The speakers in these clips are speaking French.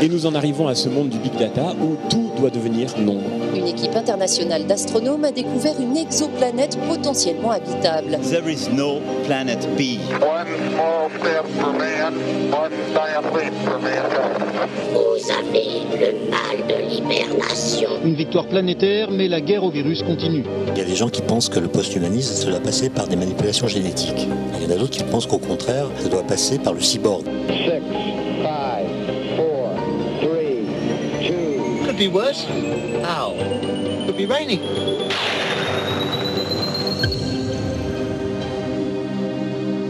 Et nous en arrivons à ce monde du big data où tout doit devenir nombre. Une équipe internationale d'astronomes a découvert une exoplanète potentiellement habitable. There is no planet B. One small step for man, one giant leap for mankind. Vous avez le mal de l'hibernation. Une victoire planétaire, mais la guerre au virus continue. Il y a des gens qui pensent que le post-humanisme, ça doit passer par des manipulations génétiques. Il y en a d'autres qui pensent qu'au contraire, ça doit passer par le cyborg. Six, five, four, three, two. Could be worse. How? Could be raining.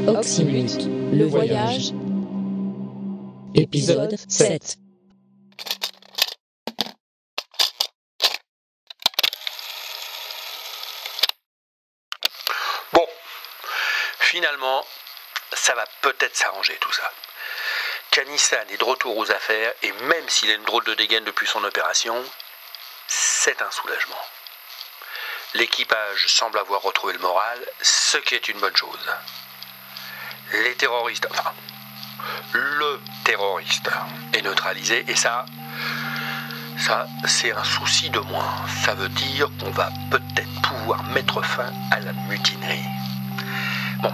Oxymute, le voyage, épisode 7. Bon, finalement, ça va peut-être s'arranger tout ça. Kanistan est de retour aux affaires et même s'il a une drôle de dégaine depuis son opération, c'est un soulagement. L'équipage semble avoir retrouvé le moral, ce qui est une bonne chose. Les terroristes, enfin, le terroriste est neutralisé et ça, ça, c'est un souci de moins. Ça veut dire qu'on va peut-être pouvoir mettre fin à la mutinerie. Bon,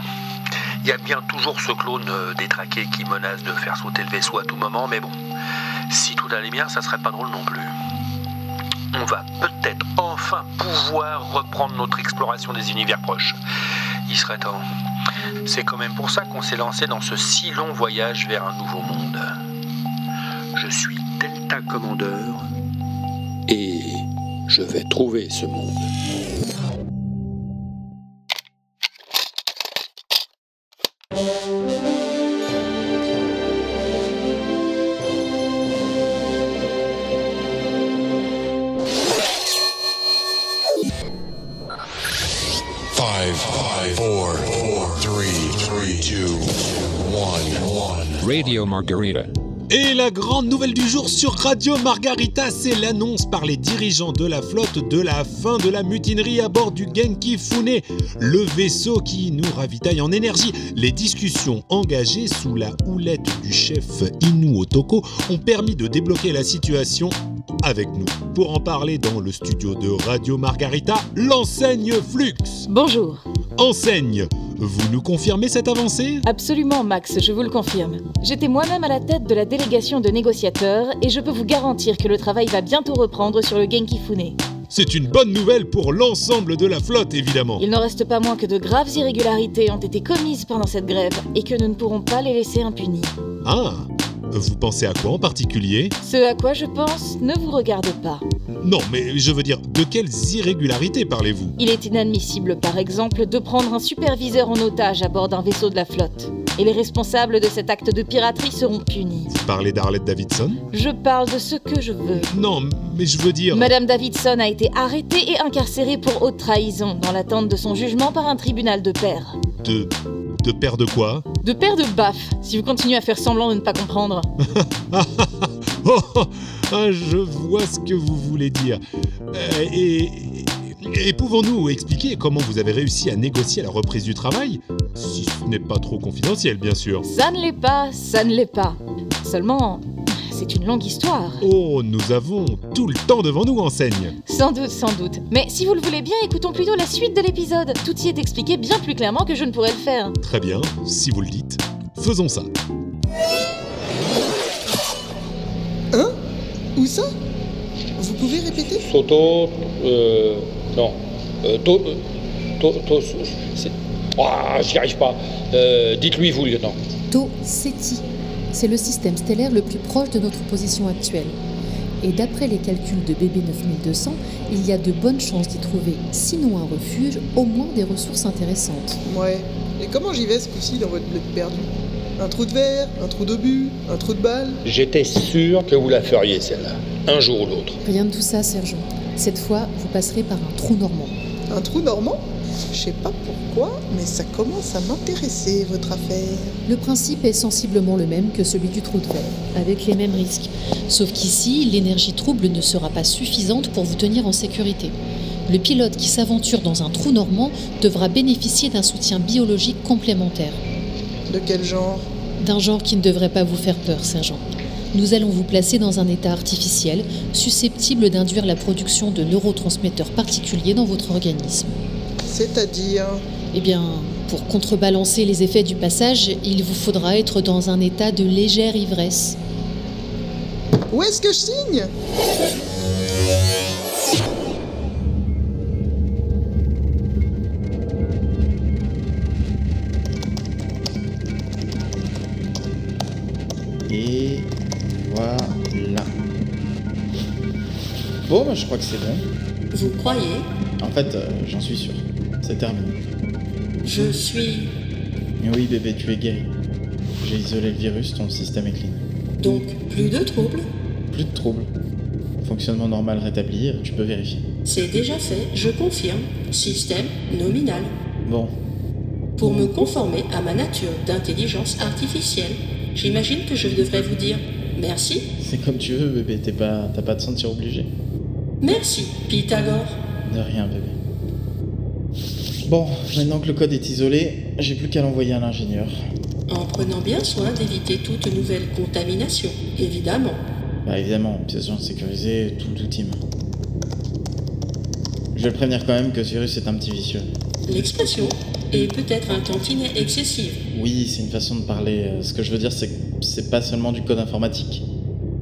il y a bien toujours ce clone euh, détraqué qui menace de faire sauter le vaisseau à tout moment, mais bon, si tout allait bien, ça serait pas drôle non plus. On va peut-être enfin pouvoir reprendre notre exploration des univers proches. Il serait temps. C'est quand même pour ça qu'on s'est lancé dans ce si long voyage vers un nouveau monde. Je suis Delta Commandeur et je vais trouver ce monde. Five, five, four, four, three, three, two, one, one. Radio Margarita. Et la grande nouvelle du jour sur Radio Margarita, c'est l'annonce par les dirigeants de la flotte de la fin de la mutinerie à bord du Genki Fune, le vaisseau qui nous ravitaille en énergie. Les discussions engagées sous la houlette du chef Inu Otoko ont permis de débloquer la situation avec nous. Pour en parler dans le studio de Radio Margarita, l'enseigne Flux. Bonjour. Enseigne, vous nous confirmez cette avancée Absolument, Max, je vous le confirme. J'étais moi-même à la tête de la délégation de négociateurs et je peux vous garantir que le travail va bientôt reprendre sur le Genki Fune. C'est une bonne nouvelle pour l'ensemble de la flotte, évidemment. Il n'en reste pas moins que de graves irrégularités ont été commises pendant cette grève et que nous ne pourrons pas les laisser impunies. Ah Vous pensez à quoi en particulier Ce à quoi je pense ne vous regarde pas. Non, mais je veux dire, de quelles irrégularités parlez-vous Il est inadmissible, par exemple, de prendre un superviseur en otage à bord d'un vaisseau de la flotte. Et les responsables de cet acte de piraterie seront punis. Vous parlez d'Arlette Davidson Je parle de ce que je veux. Non, mais je veux dire... Madame Davidson a été arrêtée et incarcérée pour haute trahison dans l'attente de son jugement par un tribunal de pair. De... de paire de quoi De pair de baffes, si vous continuez à faire semblant de ne pas comprendre. Oh, oh, ah, je vois ce que vous voulez dire. Euh, et... et pouvons-nous expliquer comment vous avez réussi à négocier la reprise du travail Si ce n'est pas trop confidentiel, bien sûr. Ça ne l'est pas, ça ne l'est pas. Seulement, c'est une longue histoire. Oh, nous avons tout le temps devant nous, enseigne. Sans doute, sans doute. Mais si vous le voulez bien, écoutons plutôt la suite de l'épisode. Tout y est expliqué bien plus clairement que je ne pourrais le faire. Très bien, si vous le dites, faisons ça. Hein Où ça Vous pouvez répéter Soto, euh, non, euh, to, to, to- c'est- ah, j'y arrive pas. Euh, dites-lui vous, lieutenant. Tau Ceti. C'est le système stellaire le plus proche de notre position actuelle. Et d'après les calculs de BB 9200, il y a de bonnes chances d'y trouver, sinon un refuge, au moins des ressources intéressantes. Ouais. Et comment j'y vais ce coup-ci dans votre bled perdu Un trou de verre, un trou d'obus, un trou de balle J'étais sûr que vous la feriez celle-là, un jour ou l'autre. Rien de tout ça, sergent. Cette fois, vous passerez par un trou normand. Un trou normand Je sais pas pourquoi, mais ça commence à m'intéresser, votre affaire. Le principe est sensiblement le même que celui du trou de verre, avec les mêmes risques. Sauf qu'ici, l'énergie trouble ne sera pas suffisante pour vous tenir en sécurité. Le pilote qui s'aventure dans un trou normand devra bénéficier d'un soutien biologique complémentaire. De quel genre D'un genre qui ne devrait pas vous faire peur, sergent. Nous allons vous placer dans un état artificiel susceptible d'induire la production de neurotransmetteurs particuliers dans votre organisme. C'est-à-dire Eh bien, pour contrebalancer les effets du passage, il vous faudra être dans un état de légère ivresse. Où est-ce que je signe Et voilà. Bon, bah, je crois que c'est bon. Vous croyez En fait, euh, j'en suis sûr. C'est terminé. Je suis Oui, bébé, tu es guéri. J'ai isolé le virus, ton système est clean. donc plus de troubles. Plus de troubles. Fonctionnement normal rétabli, euh, tu peux vérifier. C'est déjà fait, je confirme. Système nominal. Bon, Pour me conformer à ma nature d'intelligence artificielle, j'imagine que je devrais vous dire merci, c'est comme tu veux, bébé, t'es pas... t'as pas de sentir obligé. merci, Pythagore. De rien, bébé. Bon, maintenant que le code est isolé, j'ai plus qu'à l'envoyer à l'ingénieur. En prenant bien soin d'éviter toute nouvelle contamination, évidemment. Bah évidemment, pièce jointe sécurisée, tout, tout team. Je vais le prévenir quand même que ce virus est un petit vicieux. L'expression est peut-être un tantinet excessive. Oui, c'est une façon de parler. Euh, Ce que je veux dire, c'est que c'est pas seulement du code informatique.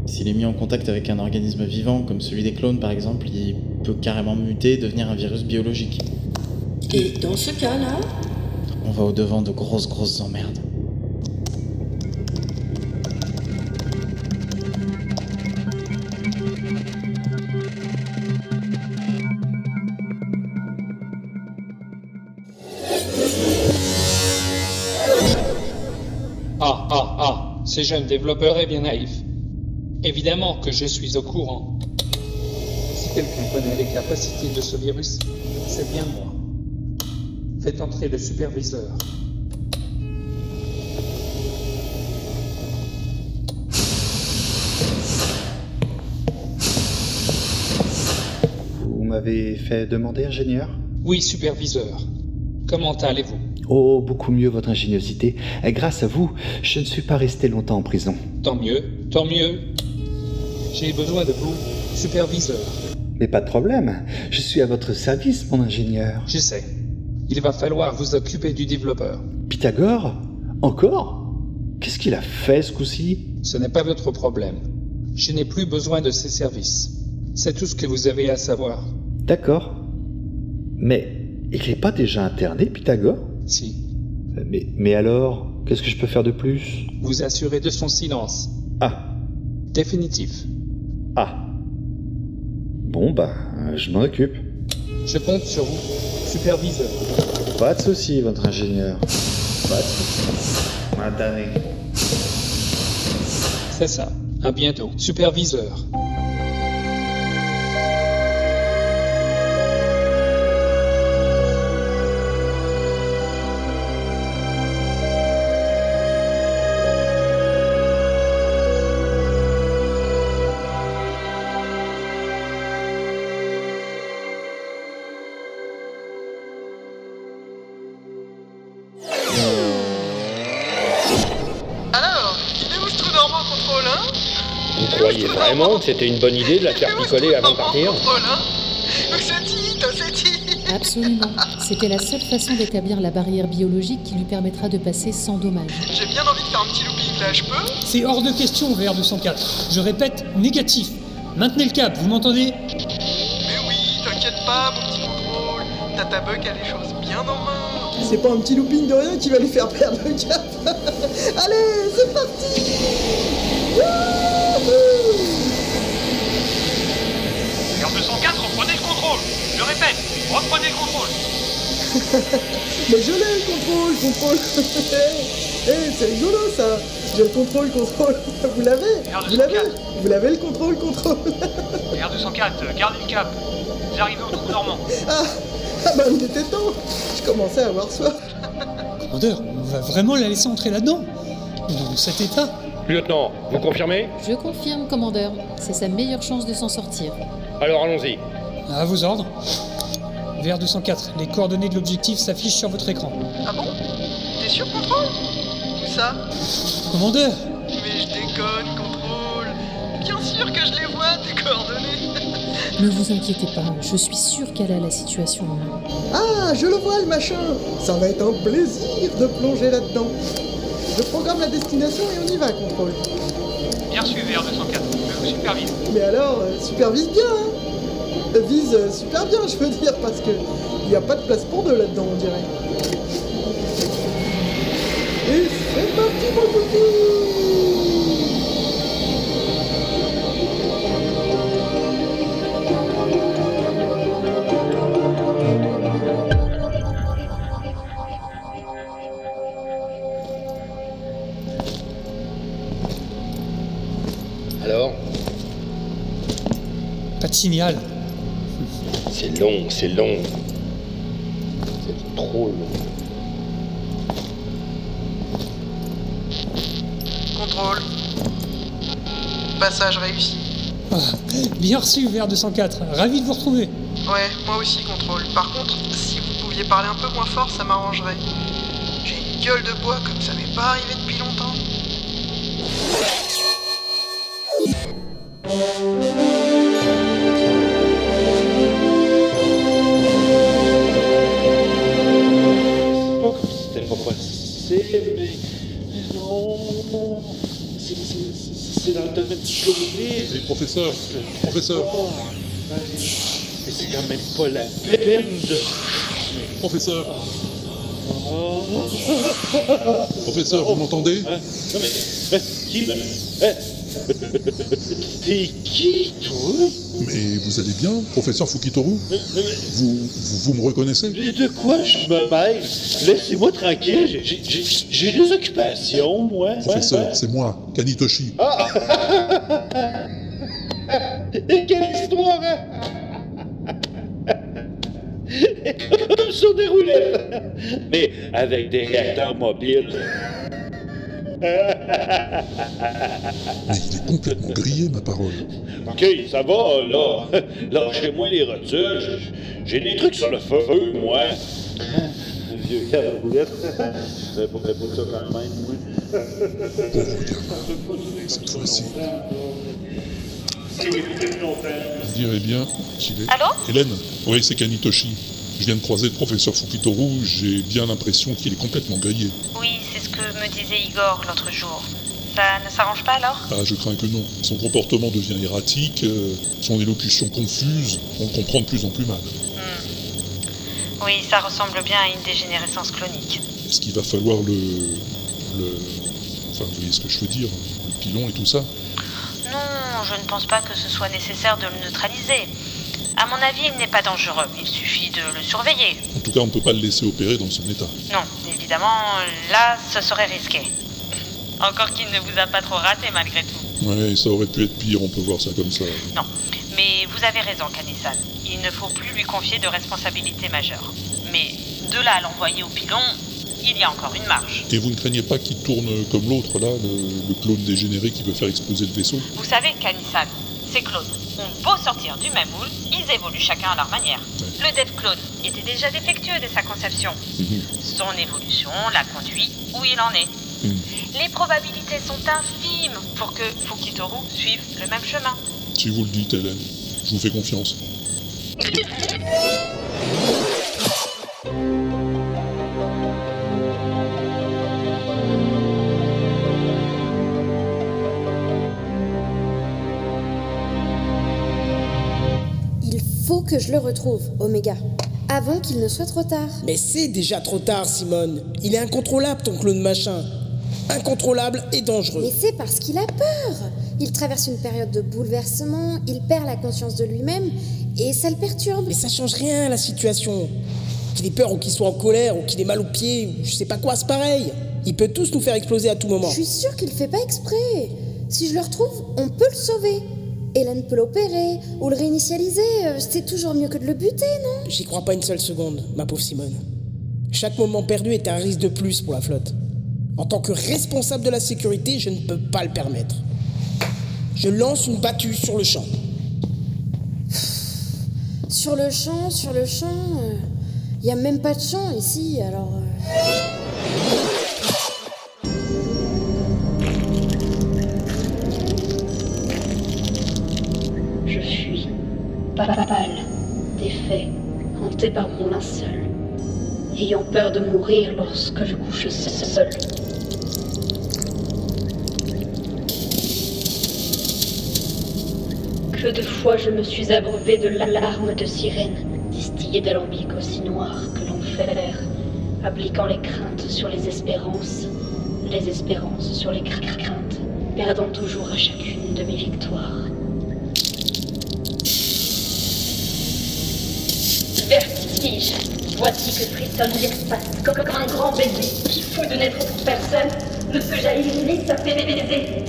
S'il est mis en contact avec un organisme vivant, comme celui des clones par exemple, il peut carrément muter et devenir un virus biologique. Et dans ce cas-là, On va au-devant de grosses, grosses emmerdes. Ah, ah, ah, ce jeune développeur est bien naïf. Évidemment que je suis au courant. Si quelqu'un connaît les capacités de ce virus, c'est bien moi. Faites entrer le superviseur. Vous m'avez fait demander, ingénieur Oui, superviseur. Comment allez-vous Oh, beaucoup mieux votre ingéniosité. Et Grâce à vous, je ne suis pas resté longtemps en prison. Tant mieux, tant mieux. J'ai besoin de vous, superviseur. Mais pas de problème, je suis à votre service, mon ingénieur. Je sais. Il va falloir vous occuper du développeur. Pythagore Encore Qu'est-ce qu'il a fait ce coup-ci Ce n'est pas votre problème. Je n'ai plus besoin de ses services. C'est tout ce que vous avez à savoir. D'accord. Mais il n'est pas déjà interné, Pythagore Euh, Si. Mais, mais alors, qu'est-ce que je peux faire de plus Vous assurez de son silence. Ah. Définitif. Ah. Bon, bah, je m'en occupe. Je compte sur vous, superviseur. Pas de souci, votre ingénieur. Pas de souci. Madame. C'est ça. À bientôt, superviseur. Alors, il est où ce trou normand en contrôle, hein Vous croyez vraiment que c'était une bonne idée de la faire picoler avant de partir Contrôle, hein Où c'est dit Où c'est dit Absolument. C'était la seule façon d'établir la barrière biologique qui lui permettra de passer sans dommage. J'ai bien envie de faire un petit looping, là, je peux C'est hors de question, VR204. Je répète, négatif. Maintenez le cap, vous m'entendez Mais oui, t'inquiète pas, mon petit contrôle. T'as ta bug, a les choses bien en main. C'est pas un petit looping de rien qui va lui faire perdre le cap Allez, c'est parti R204, reprenez le contrôle Je répète, reprenez le contrôle Mais je l'ai le contrôle, contrôle Eh, c'est rigolo ça J'ai le contrôle, contrôle Vous l'avez Vous l'avez Vous l'avez le contrôle, contrôle R204, gardez le cap Vous arrivez au trou normand. Ah, ah bah il était temps Je commençais à avoir soif Commandeur, on va vraiment la laisser entrer là-dedans Dans cet état Lieutenant, vous confirmez Je confirme, commandeur. C'est sa meilleure chance de s'en sortir. Alors allons-y. À vos ordres. VR204, les coordonnées de l'objectif s'affichent sur votre écran. Ah bon T'es sûr, contrôle Où ça Commandeur Mais je déconne, contrôle. Bien sûr que je les vois, tes coordonnées. Ne vous inquiétez pas, je suis sûre qu'elle a la situation en main. Ah, je le vois le machin Ça va être un plaisir de plonger là-dedans. Je programme la destination et on y va, contrôle. Bien sûr, VR204, je vous supervise. Mais alors, euh, supervise bien, hein Euh, Vise euh, super bien, je veux dire, parce que il n'y a pas de place pour deux là-dedans, on dirait. Et c'est parti, mon coucou Alors Pas de signal. C'est long, c'est long. C'est trop long. Contrôle. Passage réussi. Ah, bien reçu, VR204. Ravi de vous retrouver. Ouais, moi aussi, contrôle. Par contre, si vous pouviez parler un peu moins fort, ça m'arrangerait. J'ai une gueule de bois comme ça m'est pas arrivé depuis longtemps. C'était pas passé, mais. mais Non C'est- c'est- C'est c'est dans le domaine du showbiz. Les professeurs, professeur, Mais c'est quand même pas la peine de. professeur, Oh. professeur, vous m'entendez Non, mais. mais qui. mais- T'es qui, toi Mais vous allez bien, professeur Fukitoru Mais- mais- vous, vous, vous me reconnaissez mais de quoi je me mêle Laissez-moi tranquille, j'ai- j'ai- j'ai j'ai des occupations, moi. Professeur, c'est moi, Kanitoshi. Ah Et quelle histoire hein Comme sur des roulettes Mais avec des réacteurs mobiles. Mais il est complètement grillé, ma parole. Ok, ça va, là. Lâchez-moi les rotules. J'ai- J'ai des trucs sur le feu, moi. Un vieux caroulette. Je savais pas que c'était ça quand même, moi. C'est trop facile. Vous direz bien qu'il est. Allô Hélène Oui, c'est Kanitoshi. Je viens de croiser le professeur Fukitoru, j'ai bien l'impression qu'il est complètement grillé. Oui, c'est ce que me disait Igor l'autre jour. Ça ne s'arrange pas alors Ah, je crains que non. Son comportement devient erratique, euh, son élocution confuse, on le comprend de plus en plus mal. Hmm. Oui, ça ressemble bien à une dégénérescence clonique. Est-ce qu'il va falloir le. le. Enfin, vous voyez ce que je veux dire, le pilon et tout ça Non, je ne pense pas que ce soit nécessaire de le neutraliser. À mon avis, il n'est pas dangereux. Il suffit de le surveiller. En tout cas, on ne peut pas le laisser opérer dans son état. Non, évidemment, là, ce serait risqué. Encore qu'il ne vous a pas trop raté malgré tout. Ouais, ça aurait pu être pire, on peut voir ça comme ça. Non. Mais vous avez raison, Kanisan. Il ne faut plus lui confier de responsabilités majeures. Mais de là à l'envoyer au pilon, il y a encore une marge. Et vous ne craignez pas qu'il tourne comme l'autre, là, le, le clone dégénéré qui veut faire exploser le vaisseau Vous savez, Kanisan, ces clones ont beau sortir du même moule, ils évoluent chacun à leur manière. Le dev clone était déjà défectueux dès sa conception. Son évolution l'a conduit où il en est. Hmm. Les probabilités sont infimes pour que Fukitoru suive le même chemin. Si vous le dites, Hélène, je vous fais confiance. Il faut que je le retrouve, Omega, avant qu'il ne soit trop tard. Mais c'est déjà trop tard, Simone. Il est incontrôlable, ton clone machin. Incontrôlable et dangereux. Mais c'est parce qu'il a peur. Il traverse une période de bouleversement, il perd la conscience de lui-même et ça le perturbe. Mais ça change rien à la situation. Qu'il ait peur ou qu'il soit en colère ou qu'il ait mal aux pieds ou je sais pas quoi, c'est pareil. Il peut tous nous faire exploser à tout moment. Je suis sûre qu'il ne fait pas exprès. Si je le retrouve, on peut le sauver. Hélène peut l'opérer ou le réinitialiser. euh, C'est toujours mieux que de le buter, non J'y crois pas une seule seconde, ma pauvre Simone. Chaque moment perdu est un risque de plus pour la flotte. En tant que responsable de la sécurité, je ne peux pas le permettre. Je lance une battue sur le champ. Sur le champ, sur le champ. Il n'y a même pas de champ ici, alors. euh. Je suis pâle, défait, hanté par mon linceul, ayant peur de mourir lorsque je couche seul. Que de fois je me suis abreuvé de l'alarme de sirène, distillée d'alambic aussi noir que l'enfer, appliquant les craintes sur les espérances, les espérances sur les cra- cra- craintes, perdant toujours à chacune de mes victoires. Vertige, voici que frissonne l'espace, comme comme un grand baiser qui, fou de n'être pour personne, ne peut jaillir ni sa baiser.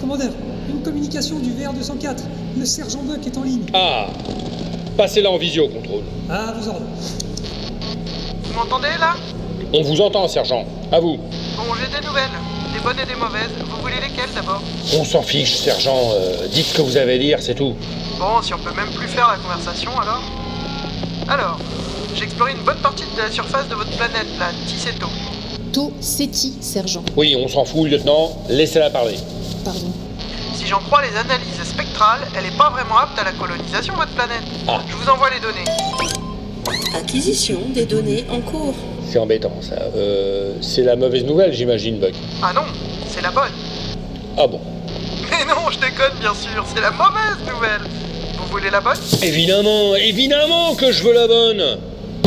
Commandeur, une communication du VR204. Le sergent Buck est en ligne. Ah Passez-la en visio, contrôle. À vos ordres. Vous m'entendez là On vous entend, sergent. À vous. Bon, j'ai des nouvelles, des bonnes et des mauvaises. Vous voulez lesquelles d'abord On s'en fiche, sergent. Euh, dites ce que vous avez à dire, c'est tout. Bon, si on peut même plus faire la conversation alors. Alors, j'ai exploré une bonne partie de la surface de votre planète, la Tisseto. To Seti, sergent. Oui, on s'en fout, lieutenant. Laissez-la parler. Pardon. Si j'en crois les analyses spectrales, elle n'est pas vraiment apte à la colonisation, votre planète. Ah. Je vous envoie les données. Acquisition des données en cours. C'est embêtant, ça. Euh, c'est la mauvaise nouvelle, j'imagine, Buck. Ah non, c'est la bonne. Ah bon Mais non, je déconne bien sûr, c'est la mauvaise nouvelle. Vous voulez la bonne Eh. Évidemment, évidemment que je veux la bonne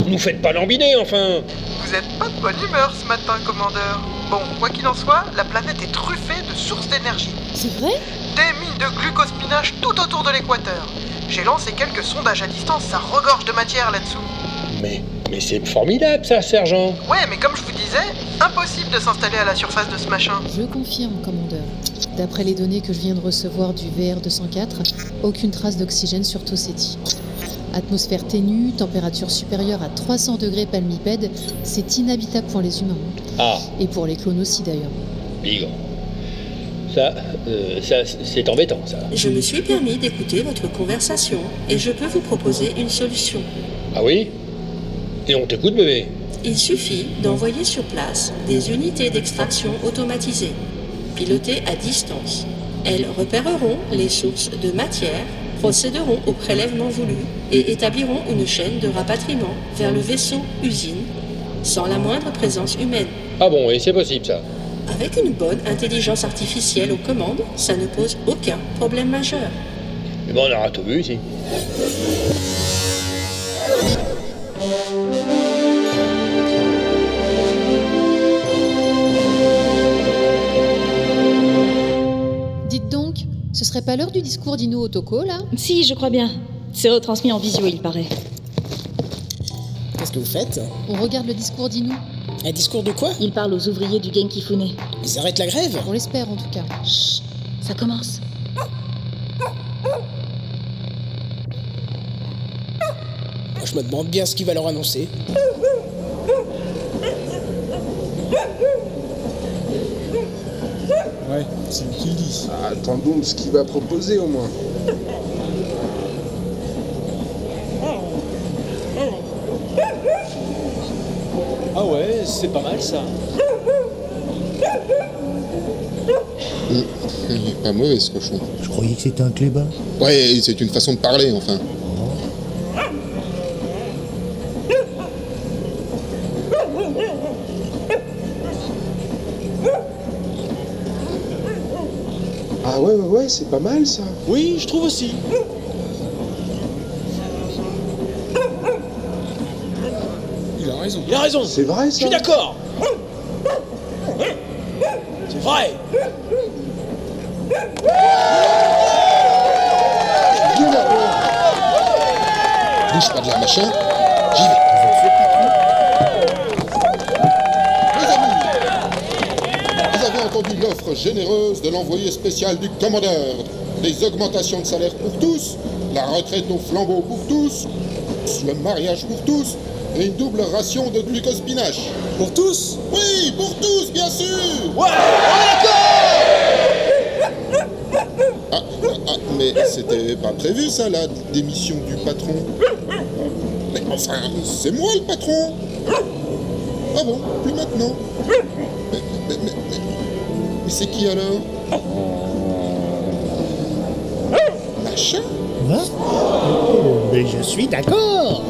Nous faites pas l'embiner, enfin Vous êtes pas de bonne humeur ce matin, commandeur. Bon, quoi qu'il en soit, la planète est truffée de sources d'énergie. C'est vrai Des mines de glucospinage tout autour de l'équateur. J'ai lancé quelques sondages à distance, ça regorge de matière là-dessous. Mais, mais c'est formidable, ça, sergent Ouais, mais comme je vous disais, impossible de s'installer à la surface de ce machin. Je confirme, commandeur. D'après les données que je viens de recevoir du VR204, aucune trace d'oxygène sur Tosseti. Atmosphère ténue, température supérieure à 300 degrés palmipèdes, c'est inhabitable pour les humains. Ah, Et pour les clones aussi d'ailleurs. bigre. Ça, euh, ça, c'est embêtant, ça. Je me suis permis d'écouter votre conversation et je peux vous proposer une solution. Ah oui Et on t'écoute, bébé Il suffit d'envoyer sur place des unités d'extraction automatisées, pilotées à distance. Elles repéreront les sources de matière, procéderont au prélèvement voulu et établiront une chaîne de rapatriement vers le vaisseau usine sans la moindre présence humaine. Ah bon, et c'est possible, ça Avec une bonne intelligence artificielle aux commandes, ça ne pose aucun problème majeur. Mais bon, on aura tout vu, ici. Dites donc, ce serait pas l'heure du discours d'Ino Otoko, là Si, je crois bien. C'est retransmis en visio, il paraît. Qu'est-ce que vous faites On regarde le discours d'Ino. Un discours de quoi Il parle aux ouvriers du Genkifune. Ils arrêtent la grève On l'espère en tout cas. Chut, ça commence. Moi, Je me demande bien ce qu'il va leur annoncer. Ouais, c'est lui qui le dit. attends donc ce qu'il va proposer au moins. Ah ouais, c'est pas mal ça. Il est pas mauvais ce cochon. Je croyais que c'était un clébard. Ouais, c'est une façon de parler enfin. Ah ouais, ouais, ouais, c'est pas mal ça. Oui, je trouve aussi. Il a raison. Il a raison. C'est vrai Je ça. suis d'accord. C'est vrai. Viens là-bas. Bouge pas de la machin. Vous avez entendu l'offre généreuse de l'envoyé spécial du commandeur. Des augmentations de salaire pour tous, la retraite au flambeau pour tous, le mariage pour tous et une double ration de glucospinache. Pour tous Oui, pour tous, bien sûr Ouais, On est d'accord Ah, ah, ah, mais c'était pas prévu ça, la démission du patron. Mais enfin, c'est moi le patron Ah bon, plus maintenant Mais, mais- mais- mais- mais c'est qui alors Machin Hein Oh, Mais je suis d'accord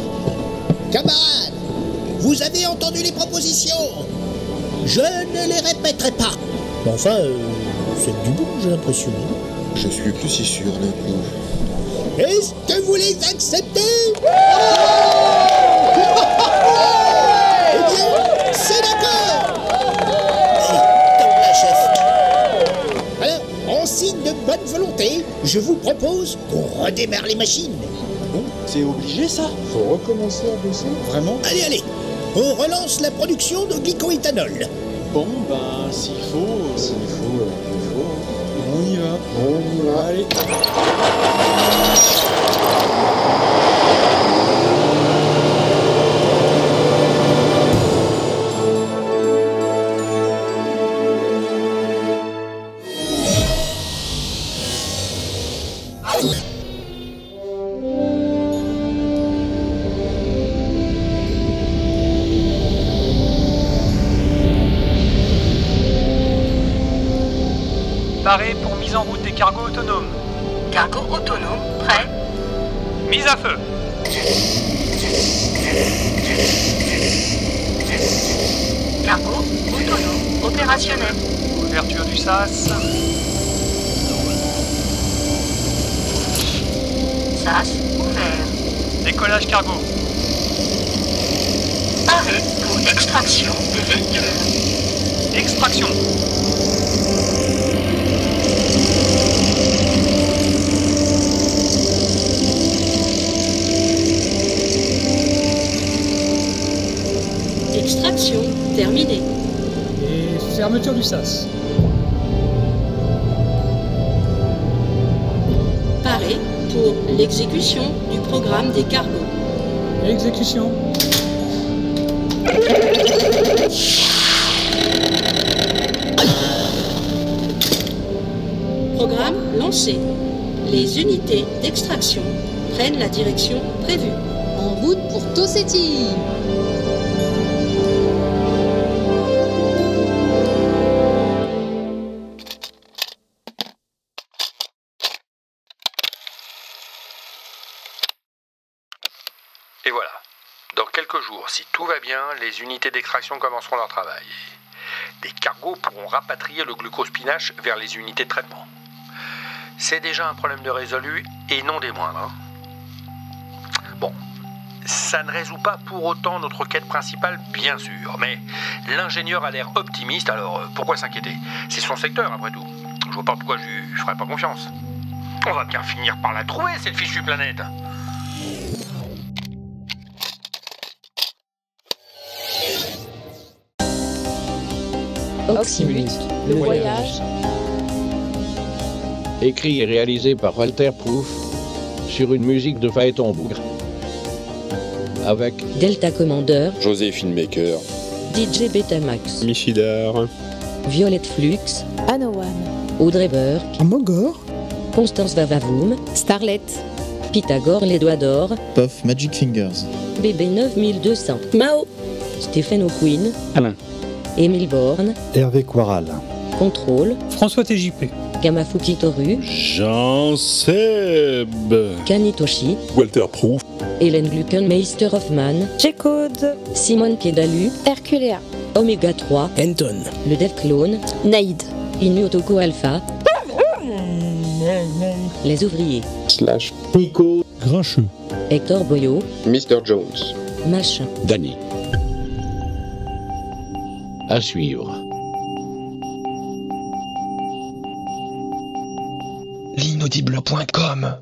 Camarades, vous avez entendu les propositions Je ne les répéterai pas Mais Enfin, euh, c'est du bon, j'ai l'impression. Je suis plus si sûr d'un coup. Est-ce que vous les acceptez Eh bien, c'est d'accord Allez, comme la chef Alors, en signe de bonne volonté, je vous propose qu'on redémarre les machines. Bon, c'est obligé ça Faut recommencer à bosser Vraiment Allez, allez On relance la production de glycoéthanol. Bon, ben, s'il faut. S'il faut, euh, il faut. On y va. On y va. Allez. Paré pour mise en route des cargos autonomes. Cargos autonomes, prêt Mise à feu. Cargo autonome opérationnel. Ouverture du SAS. SAS ouvert. Décollage cargo. Arrêt pour extraction des véhicules. Extraction. Extraction terminée. Et fermeture du sas. Paré pour l'exécution du programme des cargos. Exécution. Programme lancé. Les unités d'extraction prennent la direction prévue. En route pour Tosetti Et voilà. Dans quelques jours, si tout va bien, les unités d'extraction commenceront leur travail. Des cargos pourront rapatrier le glucospinache vers les unités de traitement. C'est déjà un problème de résolu et non des moindres. hein. Bon, ça ne résout pas pour autant notre quête principale, bien sûr, mais l'ingénieur a l'air optimiste, alors euh, pourquoi s'inquiéter C'est son secteur, après tout. Je vois pas pourquoi je lui ferais pas confiance. On va bien finir par la trouver, cette fichue planète Oxymute, le voyage. écrit et réalisé par Walter Proof sur une musique de Phaéton Bougre. Avec Delta Commander, José Filmmaker. DJ Betamax, Michidar. Violette Flux, Anowan, Audrey Burke, Mogor, Constance Vavavoum, Starlet, Pythagore Les Doigts d'Or, Puff Magic Fingers. BB 9200, Mao, Stephen O'Quinn, Alain. Émile Borne, Hervé Quaral. Contrôle, François TJP. Gamafuki Toru, Jean Seb. Kanitoshi, Walter Proof. Hélène Gluckenmeister Hoffman, J-Code, Simone Kedalu, Herculea, Omega 3, Anton, le Dev Clone, Naïd, Inuotoko Alpha, les ouvriers, Slash Nico. Grincheux. Hector Boyo, Mr. Jones. Machin. Danny. À suivre. L'inaudible.com